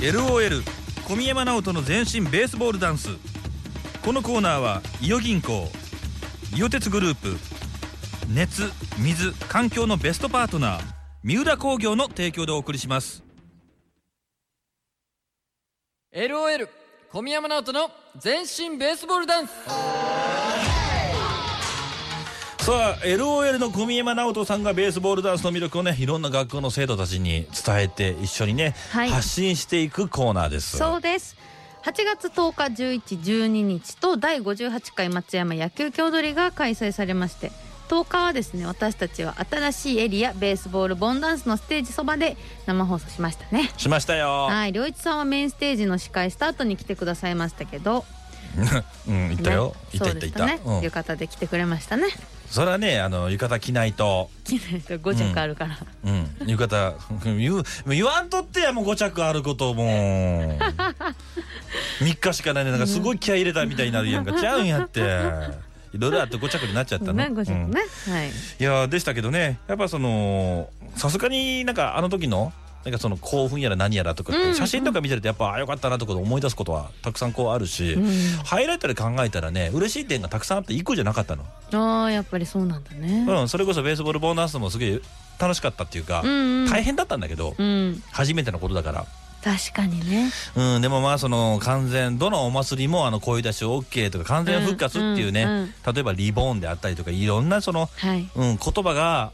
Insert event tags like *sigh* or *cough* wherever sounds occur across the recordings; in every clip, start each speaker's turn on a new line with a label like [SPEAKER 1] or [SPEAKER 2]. [SPEAKER 1] LOL 小宮山直人の全身ベースボールダンスこのコーナーは伊予銀行伊予鉄グループ熱水環境のベストパートナー三浦工業の提供でお送りします
[SPEAKER 2] LOL 小宮山直人の全身ベースボールダンス
[SPEAKER 1] さあ LOL の小宮山直人さんがベースボールダンスの魅力をねいろんな学校の生徒たちに伝えて一緒にね、
[SPEAKER 3] はい
[SPEAKER 1] 発信していくコーナーです
[SPEAKER 3] そうです8月10日1112日と第58回松山野球郷土りが開催されまして10日はですね私たちは新しいエリアベースボールボンダンスのステージそばで生放送しましたね
[SPEAKER 1] しましたよ、
[SPEAKER 3] はい良一さんはメインステージの司会スタートに来てくださいましたけど
[SPEAKER 1] うん行ったよ、行った
[SPEAKER 3] ねそ
[SPEAKER 1] 行っ
[SPEAKER 3] う
[SPEAKER 1] た行
[SPEAKER 3] でし
[SPEAKER 1] った
[SPEAKER 3] たね、
[SPEAKER 1] うん
[SPEAKER 3] 浴衣で来てくれましたね *laughs*
[SPEAKER 1] それはねあの浴衣着ないと
[SPEAKER 3] 着ないと5着あるから、
[SPEAKER 1] うん、浴衣 *laughs* 言う言わんとってやもう5着あることもう3日しかないねなんかすごい気合い入れたみたいになるやんかちゃうんやっていろいろあって5着になっちゃったの、
[SPEAKER 3] ね5着
[SPEAKER 1] うん
[SPEAKER 3] ね、はい
[SPEAKER 1] いやーでしたけどねやっぱそのさすがになんかあの時のなんかその興奮やら何やらとかって、
[SPEAKER 3] うん
[SPEAKER 1] 写真とか見てるとやっぱあよかったなとか思い出すことはたくさんこうあるし、
[SPEAKER 3] うん
[SPEAKER 1] ハイライトで考えたらね嬉しい点がたくさんあって1個じゃなかったの、
[SPEAKER 3] ああやっぱりそうなんだね、
[SPEAKER 1] うん、それこそベースボールボーナスもすげえ楽しかったっていうか、
[SPEAKER 3] うんうん
[SPEAKER 1] 大変だったんだけど、
[SPEAKER 3] うん
[SPEAKER 1] 初めてのことだから。
[SPEAKER 3] 確かにね
[SPEAKER 1] うん、でもまあその完全、どのお祭りもあの声出し OK とか完全復活っていうね、
[SPEAKER 3] うんうん
[SPEAKER 1] 例えばリボーンであったりとかいろんなその、
[SPEAKER 3] はい
[SPEAKER 1] うん、言葉が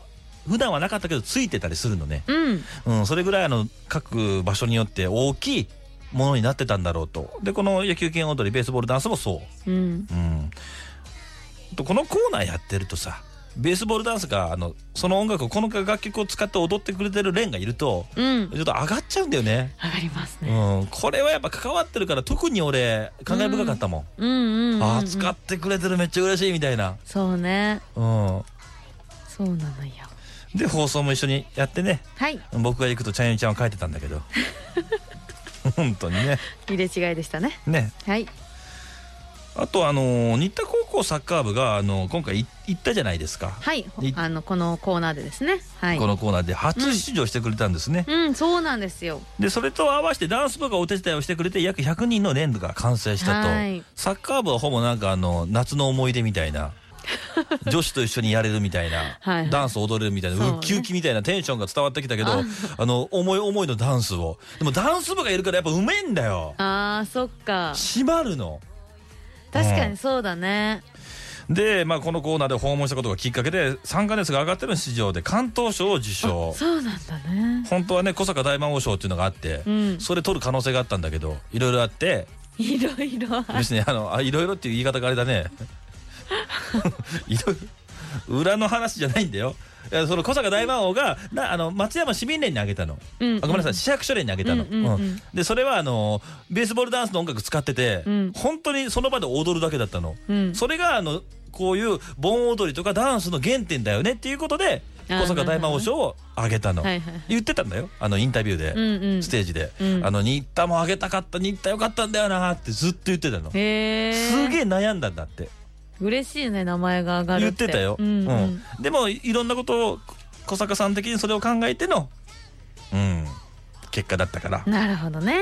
[SPEAKER 1] 普段はなかったけどついてたりするのね。
[SPEAKER 3] うん
[SPEAKER 1] うん、それぐらいあの各場所によって大きいものになってたんだろうと。で、この野球拳踊り、ベースボールダンスもそ
[SPEAKER 3] うん
[SPEAKER 1] う。うん。とこのコーナーやってるとさ、ベースボールダンスがあのその音楽をこの楽曲を使って踊ってくれてる連がいると
[SPEAKER 3] うん
[SPEAKER 1] ちょっと上がっちゃうんだよね。
[SPEAKER 3] 上がりますね、
[SPEAKER 1] うん、これはやっぱ関わってるから特に俺感慨深かったもん、
[SPEAKER 3] うん、うんうんうん、
[SPEAKER 1] ああ使ってくれてるめっちゃ嬉しいみたいな、
[SPEAKER 3] そうね
[SPEAKER 1] うん、
[SPEAKER 3] そうなのよ
[SPEAKER 1] で放送も一緒にやってね
[SPEAKER 3] はい
[SPEAKER 1] 僕が行くとちゃんゆみちゃんは書いてたんだけど *laughs* 本当にね
[SPEAKER 3] 入れ違いでしたね
[SPEAKER 1] ね
[SPEAKER 3] はい
[SPEAKER 1] あとあのー新田高校サッカー部が、あのー今回い行ったじゃないですか、
[SPEAKER 3] はいほ
[SPEAKER 1] い
[SPEAKER 3] あのこのコーナーでですねはい
[SPEAKER 1] このコーナーで初出場してくれたんですね、
[SPEAKER 3] うんそうなんですよ
[SPEAKER 1] でそれと合わせてダンス部がお手伝いをしてくれて約100人の連部が完成したと、
[SPEAKER 3] はい
[SPEAKER 1] サッカー部はほぼなんかあの夏の思い出みたい
[SPEAKER 3] *laughs*
[SPEAKER 1] な女子と一緒にやれるみたいな
[SPEAKER 3] はいはい
[SPEAKER 1] ダンス踊れるみたいな、
[SPEAKER 3] そうね
[SPEAKER 1] ウッキウキみたいなテンションが伝わってきたけ
[SPEAKER 3] *laughs*
[SPEAKER 1] どあの思い思いのダンスをでもダンス部がいるからやっぱうめえんだよ
[SPEAKER 3] あーそっか
[SPEAKER 1] 締まるの
[SPEAKER 3] 確かにそうだね
[SPEAKER 1] で、まあ、このコーナーで訪問したことがきっかけで参加熱が上がってる市場で関東賞を受賞
[SPEAKER 3] そうなんだね
[SPEAKER 1] 本当はね小坂大魔王賞っていうのがあって、
[SPEAKER 3] うん
[SPEAKER 1] それ取る可能性があったんだけどいろいろあって
[SPEAKER 3] いろいろあ
[SPEAKER 1] 別にあのあいろいろっていう言い方があれだね *laughs* いろいろ裏の話じゃないんだよいやその小坂大魔王がなあの松山市民連にあげたの、
[SPEAKER 3] うん
[SPEAKER 1] あごめんなさい市役所連にあげたの、
[SPEAKER 3] うんうんうん
[SPEAKER 1] でそれはあのベースボールダンスの音楽使ってて、
[SPEAKER 3] うん
[SPEAKER 1] 本当にその場で踊るだけだったの、
[SPEAKER 3] うん
[SPEAKER 1] それがあのこういう盆踊りとかダンスの原点だよねっていうことで
[SPEAKER 3] あー
[SPEAKER 1] 小坂大魔王賞をあげたの、
[SPEAKER 3] はいはいはい
[SPEAKER 1] 言ってたんだよあのインタビューで、
[SPEAKER 3] うんうん
[SPEAKER 1] ステージで、
[SPEAKER 3] うん
[SPEAKER 1] あの新田もあげたかった新田よかったんだよなーってずっと言ってたの、
[SPEAKER 3] へえ
[SPEAKER 1] すげえ悩んだんだって
[SPEAKER 3] 嬉しいね名前が上がる
[SPEAKER 1] 言
[SPEAKER 3] っ
[SPEAKER 1] っててたよ、
[SPEAKER 3] うんうん
[SPEAKER 1] うんでもいろんなことを小坂さん的にそれを考えてのうん結果だったから、
[SPEAKER 3] なるほどね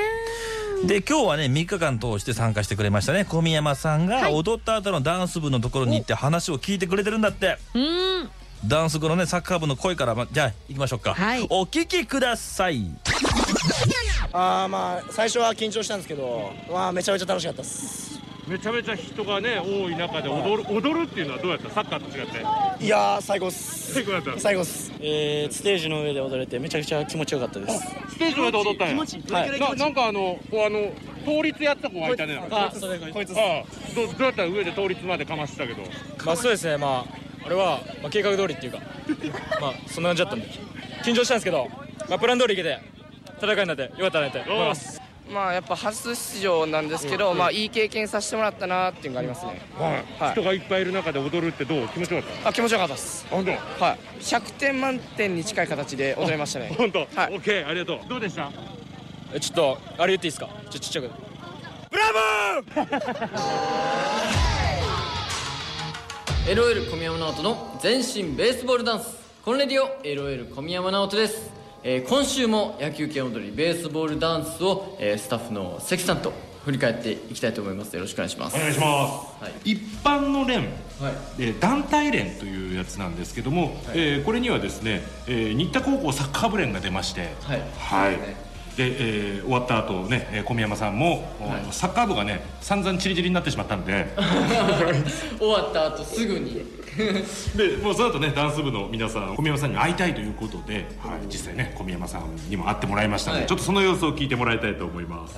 [SPEAKER 1] で今日はね3日間通して参加してくれましたね小宮山さん
[SPEAKER 3] は
[SPEAKER 1] が
[SPEAKER 3] い
[SPEAKER 1] 踊った後のダンス部のところに行って話を聞いてくれてるんだって、
[SPEAKER 3] うん
[SPEAKER 1] ダンス部のねサッカー部の声から、ま、じゃあ行きましょうか、
[SPEAKER 3] はい
[SPEAKER 1] お聞きください
[SPEAKER 4] あーまあ最初は緊張したんですけど、まあ、めちゃめちゃ楽しかったです
[SPEAKER 5] めちゃめちゃ人がね多い中で踊る踊るっていうのはどうやったサッカーと違って
[SPEAKER 4] いやー最高っす
[SPEAKER 5] 最高だった
[SPEAKER 4] 最高っす
[SPEAKER 6] えー、ステージの上で踊れてめちゃくちゃ気持ちよかったです
[SPEAKER 5] ステージ上で踊ったんやはいななんかあのこうあの倒立やってた子がいたねなんか
[SPEAKER 6] あそれが
[SPEAKER 4] こいつっす
[SPEAKER 5] ああどうどうやったら上で倒立までかましてたけど
[SPEAKER 6] まあそうですねまああれは、まあ、計画通りっていうかまあそんな感じだったんで緊張したんですけど、まあ、プラン通りいけて戦いになってよかったなって思います
[SPEAKER 7] まあやっぱ初出場なんですけど、まあいい経験させてもらったなっていうのがありますね。
[SPEAKER 5] はい
[SPEAKER 7] はい
[SPEAKER 5] 人がいっぱいいる中で踊るってどう気持ちよかっ
[SPEAKER 7] あ気持ちよかったです。
[SPEAKER 5] た本当
[SPEAKER 7] はい。100点満点に近い形で踊れました *laughs* ね。
[SPEAKER 5] 本当
[SPEAKER 7] はい
[SPEAKER 5] オッケーありがとうどうでした
[SPEAKER 6] えちょっとあれ言っていいですかちょちっちゃく
[SPEAKER 5] ブラボー
[SPEAKER 2] LOL 小宮山直人の全身ベースボールダンスコンレディオ LOL 小宮山直人ですえー今週も野球拳踊りベースボールダンスを、えースタッフの関さんと振り返っていきたいと思いますよろしくお願いします
[SPEAKER 8] お願いします、
[SPEAKER 2] はい
[SPEAKER 8] 一般の連、
[SPEAKER 2] はい
[SPEAKER 8] えー団体連というやつなんですけども、えーこれにはですね、えー新田高校サッカー部連が出まして
[SPEAKER 2] はい
[SPEAKER 8] はい
[SPEAKER 2] そうですね
[SPEAKER 8] で、えー終わった後ねえー小宮山さんも、おサッカー部がね散々チリチリになってしまったんで
[SPEAKER 2] *laughs* 終わった後すぐに
[SPEAKER 8] でもうその後ねダンス部の皆さん小宮山さんに会いたいということで、はい、実際ね小宮山さんにも会ってもらいましたので、
[SPEAKER 2] はい
[SPEAKER 8] ちょっとその様子を聞いてもらいたいと思います、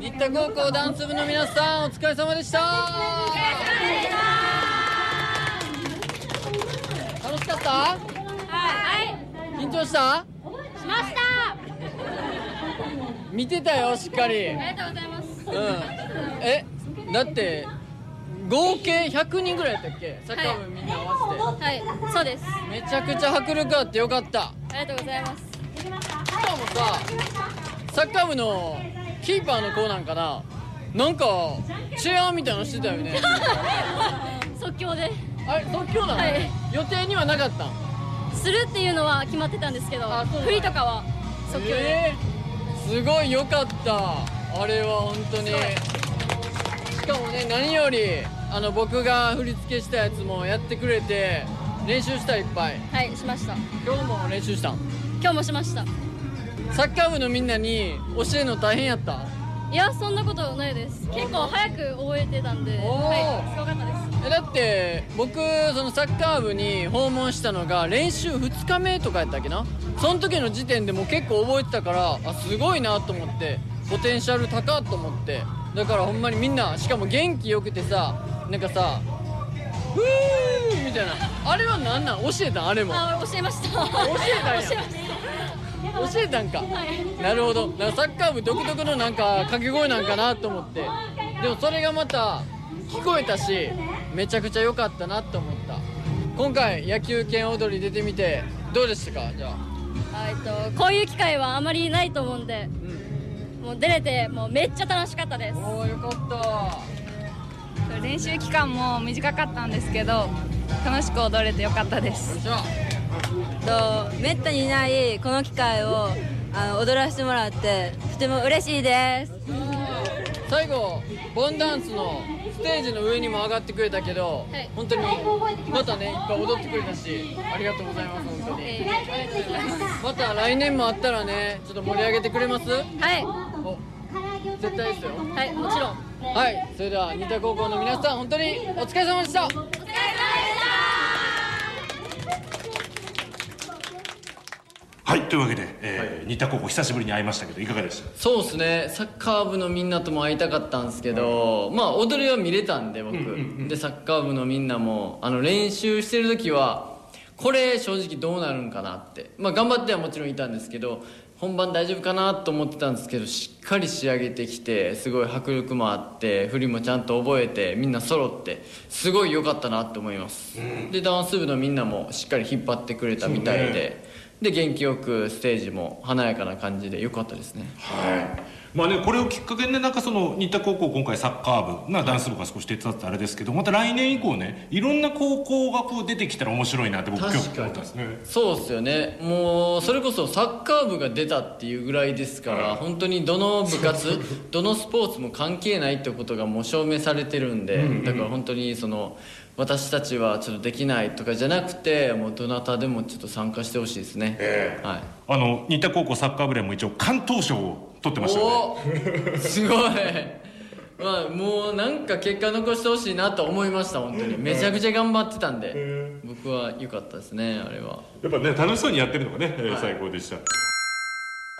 [SPEAKER 2] 新田高校ダンス部の皆さんお疲れ様でした楽しかったはい緊張した
[SPEAKER 9] しました
[SPEAKER 2] 見てたよしっかりうん
[SPEAKER 9] ありがとうございます
[SPEAKER 2] えだって合計100人ぐらいやったっけサッカー部みんな合わ
[SPEAKER 9] はい、そうです
[SPEAKER 2] せて、めちゃくちゃ迫力あってよかった
[SPEAKER 9] ありがとうございます
[SPEAKER 2] しかもさサッカー部のキーパーの子なんかななんかチェアーみたいなのしてたよね
[SPEAKER 9] 即興で
[SPEAKER 2] あれ即興なの、
[SPEAKER 9] はい
[SPEAKER 2] 予定にはなかったん
[SPEAKER 9] するっていうのは決まってたんですけど
[SPEAKER 2] あそうなんだ
[SPEAKER 9] 振りとかは即興で、
[SPEAKER 2] えーすごい良かったあれは本当にしかもね何よりあの僕が振り付けしたやつもやってくれて練習したいっぱい
[SPEAKER 9] はいしました
[SPEAKER 2] 今日も練習したん
[SPEAKER 9] 今日もしました
[SPEAKER 2] サッカー部のみんなに教えるの大変やった
[SPEAKER 9] いやそんなことないです結構早く覚えてたんで
[SPEAKER 2] おー
[SPEAKER 9] はいすごかったです
[SPEAKER 2] えだって僕そのサッカー部に訪問したのが練習2日目とかやったっけなその時の時点でもう結構覚えてたからあすごいなと思ってポテンシャル高っと思ってだからほんまにみんなしかも元気よくてさなんかさ「ふー!」みたいなあれは何なん教えたんあれも
[SPEAKER 9] あ俺教えました *laughs* 教
[SPEAKER 2] えたんや
[SPEAKER 9] 教えました
[SPEAKER 2] 教えたんか
[SPEAKER 9] はい
[SPEAKER 2] なるほどなんかサッカー部独特のなんか掛け声なんかなと思ってでもそれがまた聞こえたしめちゃくちゃ良かったなと思った今回野球拳踊り出てみてどうでしたかじゃあ
[SPEAKER 9] あえっとこういう機会はあまりないと思うんで、もう出れてもうめっちゃ楽しかったです
[SPEAKER 2] おおよかった
[SPEAKER 10] 練習期間も短かったんですけど楽しく踊れてよかったです
[SPEAKER 2] じゃあ
[SPEAKER 10] とめったにないこの機会をあの踊らせてもらってとても嬉しいです
[SPEAKER 2] 最後ボンダンスのステージの上にも上がってくれたけど、
[SPEAKER 9] い
[SPEAKER 2] 本当にまたねいっぱい踊ってくれたしありがとうございます本当にまた来年もあったらねちょっと盛り上げてくれます
[SPEAKER 9] はい
[SPEAKER 2] お絶対ですよ
[SPEAKER 9] はいもちろん
[SPEAKER 2] はい、それでは新田高校の皆さん本当にお疲れ様でした。
[SPEAKER 8] はいというわけで、えー新田高校久しぶりに会いましたけどいかがでした
[SPEAKER 2] そうですね、サッカー部のみんなとも会いたかったんですけど、まあ踊りは見れたんで僕、でサッカー部のみんなもあの練習してる時はこれ正直どうなるんかなって、まあ頑張ってはもちろんいたんですけど。本番大丈夫かなと思ってたんですけどしっかり仕上げてきてすごい迫力もあって振りもちゃんと覚えてみんな揃ってすごい良かったなと思います、でダンス部のみんなもしっかり引っ張ってくれたみたいで、で元気よくステージも華やかな感じで良かったですね
[SPEAKER 8] はいまあね、これをきっかけにねなんかその新田高校今回サッカー部なダンス部が少し手伝ってたあれですけどまた来年以降ねいろんな高校がこう出てきたら面白いなって僕今日思
[SPEAKER 2] 確かに
[SPEAKER 8] ったんですね
[SPEAKER 2] そうっすよねもうそれこそサッカー部が出たっていうぐらいですから本当にどの部活どのスポーツも関係ないってことがもう証明されてるんでだから本当にその私たちはちょっとできないとかじゃなくてもうどなたでもちょっと参加してほしいですね、はい
[SPEAKER 8] あの新田高校サッカー部連も一応関東賞を取ってましたよね
[SPEAKER 2] おおすごい *laughs* まあもうなんか結果残してほしいなと思いました本当にめちゃくちゃ頑張ってたんで僕は良かったですねあれは
[SPEAKER 8] やっぱね楽しそうにやってるのがね、えー最高でした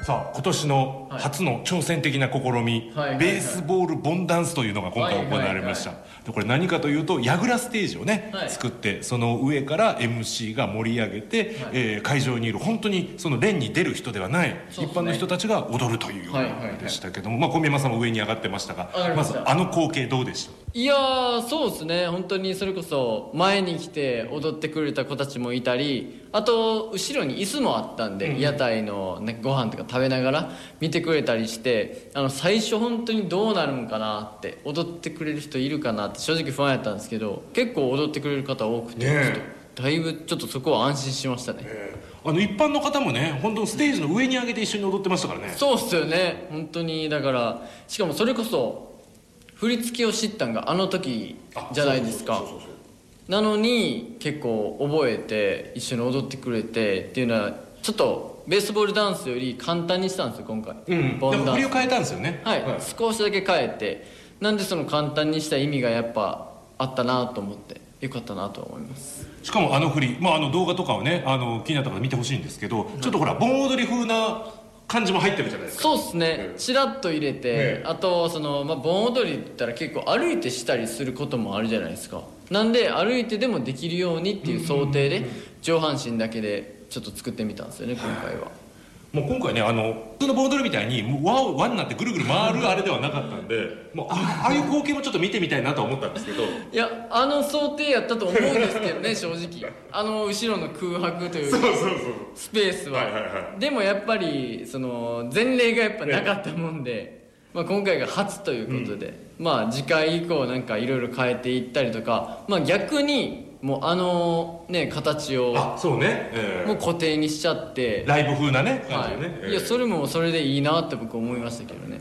[SPEAKER 8] さあ今年の初の挑戦的な試み、
[SPEAKER 2] はいはいはい
[SPEAKER 8] ベースボールボンダンスというのが今回行われました、
[SPEAKER 2] はい
[SPEAKER 8] でこれ何かというと櫓ステージをね、
[SPEAKER 2] はい
[SPEAKER 8] 作ってその上から MC が盛り上げて、えー会場にいる本当にその連に出る人ではない、
[SPEAKER 2] そう
[SPEAKER 8] 一
[SPEAKER 2] ですね
[SPEAKER 8] 般の人たちが踊るというような
[SPEAKER 2] はいはいはい
[SPEAKER 8] でしたけども、まあ、小宮山さんも上に上がってましたが
[SPEAKER 2] 上がり
[SPEAKER 8] ま
[SPEAKER 2] まし
[SPEAKER 8] ず
[SPEAKER 2] た
[SPEAKER 8] あの光景どうでした
[SPEAKER 2] いやーそうですね本当にそれこそ前に来て踊ってくれた子たちもいたりあと後ろに椅子もあったんで、屋台の、ね、ご飯とか食べながら見てくれたりしてあの最初本当にどうなるんかなって踊ってくれる人いるかなって正直不安やったんですけど結構踊ってくれる方多くて、ちょっとだいぶちょっとそこは安心しましたね、
[SPEAKER 8] あの一般の方もね本当ステージの上に上げて一緒に踊ってましたからね
[SPEAKER 2] そうっすよね本当にだからしかもそれこそ振り付けを知ったんがあの時じゃないですかなのに結構覚えて一緒に踊ってくれてっていうのはちょっとベースボールダンスより簡単にしたんですよ今回、
[SPEAKER 8] うん
[SPEAKER 2] ボン
[SPEAKER 8] で
[SPEAKER 2] ダ
[SPEAKER 8] も
[SPEAKER 2] ン
[SPEAKER 8] 振り
[SPEAKER 2] ス
[SPEAKER 8] を変えたんですよね
[SPEAKER 2] はい、少しだけ変えてなんでその簡単にした意味がやっぱあったなと思ってよかったなとは思います
[SPEAKER 8] しかもあの振り、まあ、あの動画とかをねあの気になった方見てほしいんですけど、ちょっとほら盆踊り風な感じも入ってるじゃないですか
[SPEAKER 2] そうっすね、ちらっと入れて、
[SPEAKER 8] え
[SPEAKER 2] あとその、まあ、盆踊りって言ったら結構歩いてしたりすることもあるじゃないですかなんで歩いてでもできるようにっていう想定で上半身だけでちょっと作ってみたんですよね今回は
[SPEAKER 8] もう今回ねあの普通の盆踊りみたいにもう輪を輪になってぐるぐる回るあれではなかったんでもうあああいう光景もちょっと見てみたいなとは思ったんですけど
[SPEAKER 2] いやあの想定やったと思うんですけど *laughs* ね正直あの後ろの空白というかスペースは,、でもやっぱりその前例がやっぱなかったもんで、まあ、今回が初ということで、まあ次回以降なんかいろいろ変えていったりとか、まあ、逆にもうあのね形を
[SPEAKER 8] そうね、ええ
[SPEAKER 2] もう固定にしちゃって
[SPEAKER 8] ライブ風なね感じで
[SPEAKER 2] は
[SPEAKER 8] ね、
[SPEAKER 2] い、
[SPEAKER 8] ええ
[SPEAKER 2] いやそれもそれでいいなって僕思いましたけどね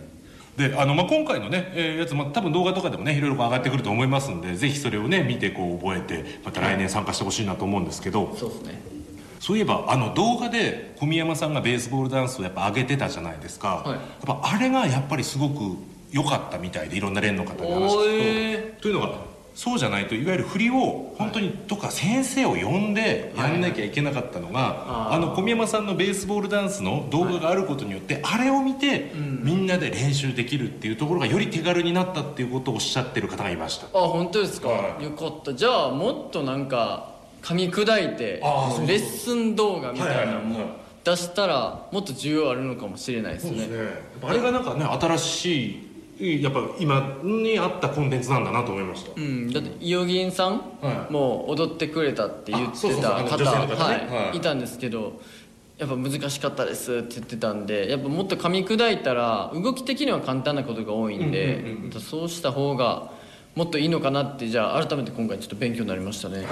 [SPEAKER 8] であの、まあ、今回のね、えーやつ、まあ、多分動画とかでもねいろいろ上がってくると思いますんでぜひそれをね見てこう覚えてまた来年参加してほしいなと思うんですけど
[SPEAKER 2] そうですね
[SPEAKER 8] そういえばあの動画で小宮山さんがベースボールダンスをやっぱ上げてたじゃないですか、やっぱあれがやっぱりすごく良かったみたいでいろんな連の方に話
[SPEAKER 2] お
[SPEAKER 8] 聞くと。というのがそうじゃないといわゆる振りを本当にとか先生を呼んでやんなきゃいけなかったのが、あの小宮山さんのベースボールダンスの動画があることによって、あれを見て、みんなで練習できるっていうところがより手軽になったっていうことをおっしゃってる方がいました
[SPEAKER 2] あ本当ですか、よかったじゃあもっとなんか噛み砕いて
[SPEAKER 8] あーそうそう
[SPEAKER 2] レッスン動画みたいなの
[SPEAKER 8] はいはいはい
[SPEAKER 2] も出したらもっと需要あるのかもしれないですね
[SPEAKER 8] あれがなんかね新しいやっぱ今に合ったコンテンツなんだなと思いました
[SPEAKER 2] うん、だってイオギンさんも踊ってくれたって言って
[SPEAKER 8] あそうそうそう
[SPEAKER 2] た
[SPEAKER 8] あの
[SPEAKER 2] 方
[SPEAKER 8] 女性の方ね
[SPEAKER 2] は
[SPEAKER 8] はい
[SPEAKER 2] いいたんですけどやっぱ難しかったですって言ってたんでやっぱもっと噛み砕いたら動き的には簡単なことが多いんで、
[SPEAKER 8] うんうん
[SPEAKER 2] またそうした方がもっといいのかなってじゃあ改めて今回ちょっと勉強になりましたね、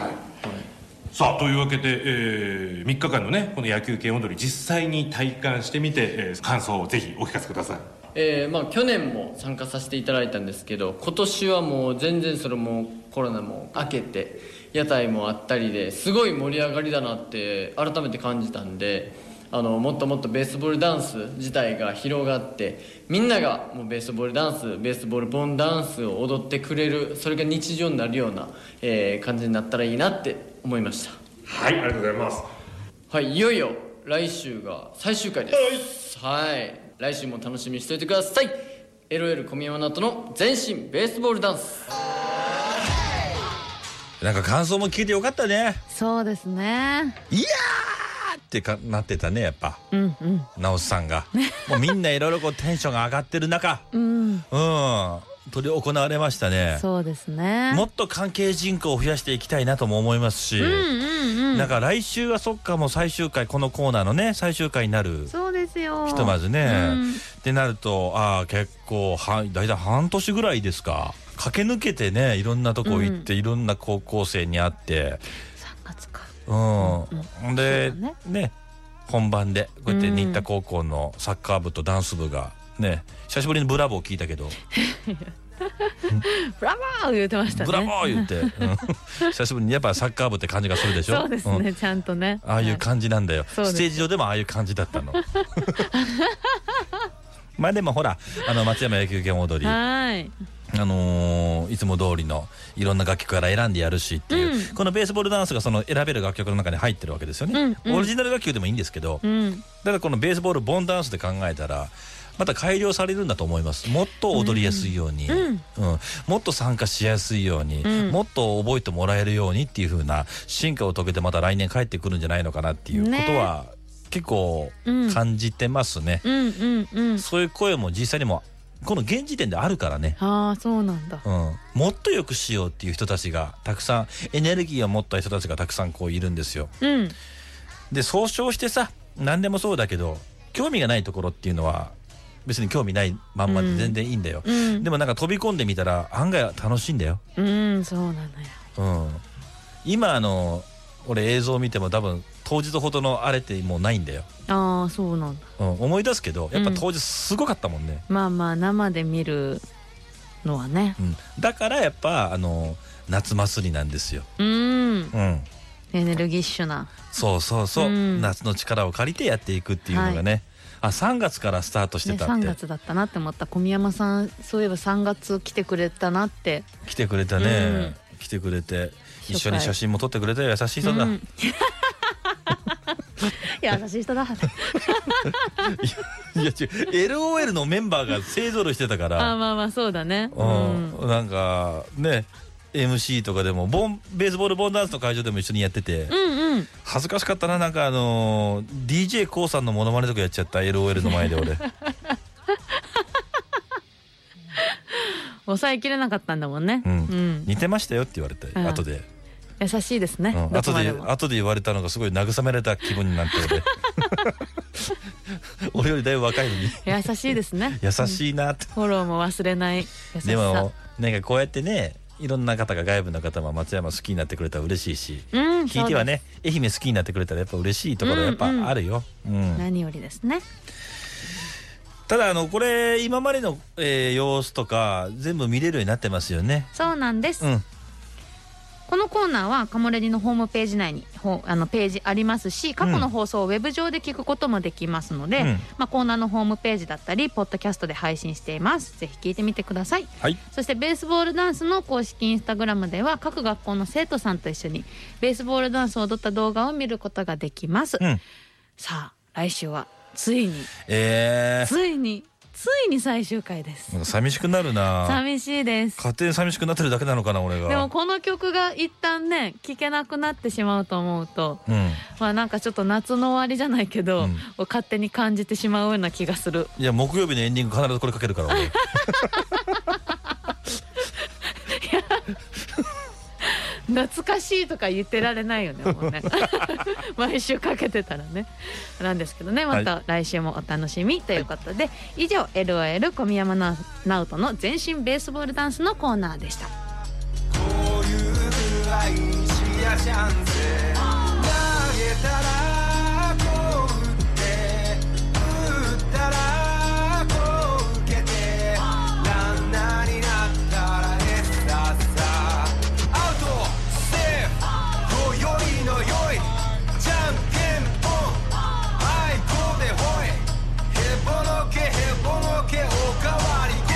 [SPEAKER 8] さあというわけで、え3日間のねこの野球系踊り実際に体感してみて、えー感想をぜひお聞かせください
[SPEAKER 2] えーまあ、去年も参加させていただいたんですけど今年はもう全然それもうコロナも明けて屋台もあったりですごい盛り上がりだなって改めて感じたんであのもっともっとベースボールダンス自体が広がってみんながもうベースボールダンスベースボールボンダンスを踊ってくれるそれが日常になるような、えー感じになったらいいなって思いました
[SPEAKER 8] はいありがとうございます
[SPEAKER 2] はいいよいよ来週が最終回ですはい来週も楽しみにしておいてください LL 小宮山直人の全身ベースボールダンス
[SPEAKER 1] なんか感想も聞いてよかったね
[SPEAKER 3] そうですね
[SPEAKER 1] いやーってかなってたねやっぱ
[SPEAKER 3] うんうん
[SPEAKER 1] 直樹さん
[SPEAKER 3] *laughs*
[SPEAKER 1] がもうみんないろいろこうテンションが上がってる中
[SPEAKER 3] うん
[SPEAKER 1] うん取り行われましたね
[SPEAKER 3] そうですね
[SPEAKER 1] もっと関係人口を増やしていきたいなとも思いますし、
[SPEAKER 3] うんうんうん
[SPEAKER 1] だから来週はそっかもう最終回このコーナーのね最終回になる
[SPEAKER 3] そうですよ
[SPEAKER 1] ひとまずね、
[SPEAKER 3] うん
[SPEAKER 1] ってなるとああ結構は大体半年ぐらいですか駆け抜けてねいろんなとこ行って、いろんな高校生に会って3月かうん、でね本番でこうやって新田高校のサッカー部とダンス部がね久しぶりに「ブラボー」聞いたけど
[SPEAKER 3] ブラボー言って
[SPEAKER 1] 「
[SPEAKER 3] ましたね
[SPEAKER 1] ブラボー!」言って、
[SPEAKER 3] *laughs*
[SPEAKER 1] うん、久しぶりにやっぱサッカー部って感じがするでしょ
[SPEAKER 3] そうです
[SPEAKER 1] ん
[SPEAKER 3] ねちゃんとね
[SPEAKER 1] ああいう感じなんだよ、
[SPEAKER 3] そうです
[SPEAKER 1] ステージ上でもああいう感じだ
[SPEAKER 3] *laughs*
[SPEAKER 1] ったのまあでもほらあの松山野球拳踊りあ
[SPEAKER 3] はい
[SPEAKER 1] のーいつも通りのいろんな楽曲から選んでやるしっていう、このベースボールダンスがその選べる楽曲の中に入ってるわけですよね、
[SPEAKER 3] うんうん
[SPEAKER 1] オリジナル楽曲でもいいんですけど、
[SPEAKER 3] うん
[SPEAKER 1] ただこのベースボールボンダンスで考えたらまた改良されるんだと思いますもっと踊りやすいように、
[SPEAKER 3] うん
[SPEAKER 1] うんもっと参加しやすいように、
[SPEAKER 3] うん
[SPEAKER 1] もっと覚えてもらえるようにっていう風な進化を遂げてまた来年帰ってくるんじゃないのかなっていうこ
[SPEAKER 3] ね
[SPEAKER 1] とは結構
[SPEAKER 3] うん
[SPEAKER 1] 感じてますね、
[SPEAKER 3] うんうんうん
[SPEAKER 1] そういう声も実際にもこの現時点であるからね、
[SPEAKER 3] ああそうなんだ
[SPEAKER 1] うん、もっと良くしようっていう人たちがたくさんエネルギーを持った人たちがたくさんこういるんですよ。
[SPEAKER 3] うん
[SPEAKER 1] で総称してさ何でもそうだけど興味がないところっていうのは別に興味ないまんまで全然いいんだよ、
[SPEAKER 3] うん
[SPEAKER 1] でもなんか飛び込んでみたら案外楽しいんだよ、
[SPEAKER 3] うんそうなのよ
[SPEAKER 1] うん、今あの俺映像見ても多分当日ほどのあれってもうないんだよ、
[SPEAKER 3] ああそうなんだ
[SPEAKER 1] うん、思い出すけどやっぱ当日すごかったもんね、
[SPEAKER 3] まあまあ生で見るのはね
[SPEAKER 1] うんだからやっぱあの夏祭りなんですよ、
[SPEAKER 3] うん
[SPEAKER 1] うん、
[SPEAKER 3] エネルギッシュな
[SPEAKER 1] そうそうそう、
[SPEAKER 3] うん
[SPEAKER 1] 夏の力を借りてやっていくっていうのがね、あ3月からスタートして
[SPEAKER 3] ね、
[SPEAKER 1] たっ
[SPEAKER 3] 3
[SPEAKER 1] て、
[SPEAKER 3] 月だったなって思った小宮山さんそういえば3月来てくれたなって
[SPEAKER 1] 来てくれたね、
[SPEAKER 3] うん
[SPEAKER 1] 来てくれて
[SPEAKER 3] 回
[SPEAKER 1] 一緒に写真も撮ってくれたよ優しい人だ、
[SPEAKER 3] うん *laughs* いや優し
[SPEAKER 1] *laughs*
[SPEAKER 3] い人だ
[SPEAKER 1] *laughs* いや違う LOL のメンバーが勢ぞろいしてたか
[SPEAKER 3] あ
[SPEAKER 1] ら、
[SPEAKER 3] まあまあそうだね
[SPEAKER 1] う
[SPEAKER 3] うん
[SPEAKER 1] んなんかね MC とかでもボンベースボールボンダンスの会場でも一緒にやってて、
[SPEAKER 3] うんうん
[SPEAKER 1] 恥ずかしかったななんかあのー d j k o さんのモノマネとかやっちゃった LOL の前で
[SPEAKER 3] *laughs*
[SPEAKER 1] 俺
[SPEAKER 3] 抑えきれなかったんだもんね、
[SPEAKER 1] うん
[SPEAKER 3] うん
[SPEAKER 1] 似てましたよって言われて、
[SPEAKER 3] うん
[SPEAKER 1] 後で、
[SPEAKER 3] 優しいです
[SPEAKER 1] う
[SPEAKER 3] ね、
[SPEAKER 1] ん、
[SPEAKER 3] どこ
[SPEAKER 1] 後
[SPEAKER 3] ま
[SPEAKER 1] で
[SPEAKER 3] でも
[SPEAKER 1] 後で言われたのがすごい慰められた気分になって俺 *laughs* 俺よりだいぶ若いの
[SPEAKER 3] *laughs*
[SPEAKER 1] に
[SPEAKER 3] 優しいで
[SPEAKER 1] *laughs*
[SPEAKER 3] すね
[SPEAKER 1] 優しいなって
[SPEAKER 3] フォローも忘れない優しさ
[SPEAKER 1] でもなんかこうやってねいろんな方が外部の方も松山好きになってくれたら嬉しいし、
[SPEAKER 3] うん
[SPEAKER 1] 聞いてはね愛媛好きになってくれたらやっぱ嬉しいところやっぱあるよ、うん
[SPEAKER 3] そうです何よりですね
[SPEAKER 1] ただあのこれ今までの、えー様子とか全部見れるようになってますよね
[SPEAKER 3] そうなんです、
[SPEAKER 1] うん
[SPEAKER 3] このコーナーはカモレディのホームページ内にほあのページありますし過去の放送をウェブ上で聞くこともできますので、
[SPEAKER 1] うん
[SPEAKER 3] まあ、コーナーのホームページだったりポッドキャストで配信していますぜひ聞いてみてください
[SPEAKER 1] はい
[SPEAKER 3] そしてベースボールダンスの公式インスタグラムでは各学校の生徒さんと一緒にベースボールダンスを踊った動画を見ることができます、
[SPEAKER 1] うん
[SPEAKER 3] さあ来週はついに
[SPEAKER 1] *laughs* えー
[SPEAKER 3] ついについに最終回です
[SPEAKER 1] なんか寂しくなるな
[SPEAKER 3] 寂しいです
[SPEAKER 1] 家庭寂しくなってるだけなのかな俺が
[SPEAKER 3] でもこの曲が一旦ね聴けなくなってしまうと思うと
[SPEAKER 1] うん
[SPEAKER 3] まあなんかちょっと夏の終わりじゃないけど、を勝手に感じてしまうような気がする
[SPEAKER 1] いや木曜日のエンディング必ずこれかけるから
[SPEAKER 3] *laughs*
[SPEAKER 1] 俺
[SPEAKER 3] 懐かしいとか言ってられないよねも
[SPEAKER 11] *laughs*
[SPEAKER 3] うね毎週かけてたらねなんですけどねま
[SPEAKER 11] は
[SPEAKER 3] た
[SPEAKER 11] い
[SPEAKER 3] 来週もお楽しみということで、以上 LOL 小宮山な直人の全身ベースボールダンスのコーナーでした
[SPEAKER 11] 愛にシビアチャンス投げたらこう打って打ったらこう受けてランナーになったらエッサッサアウトセーフ今宵の良いじゃんけんぽんはいこうでほいへぼのけへぼのけおかわりこ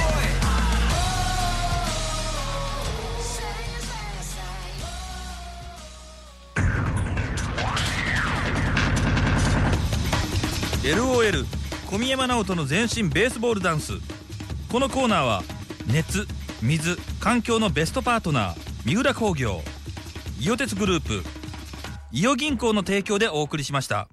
[SPEAKER 1] LOL 小宮山直人の全身ベースボールダンスこのコーナーは熱水環境のベストパートナー三浦工業伊予鉄グループ伊予銀行の提供でお送りしました。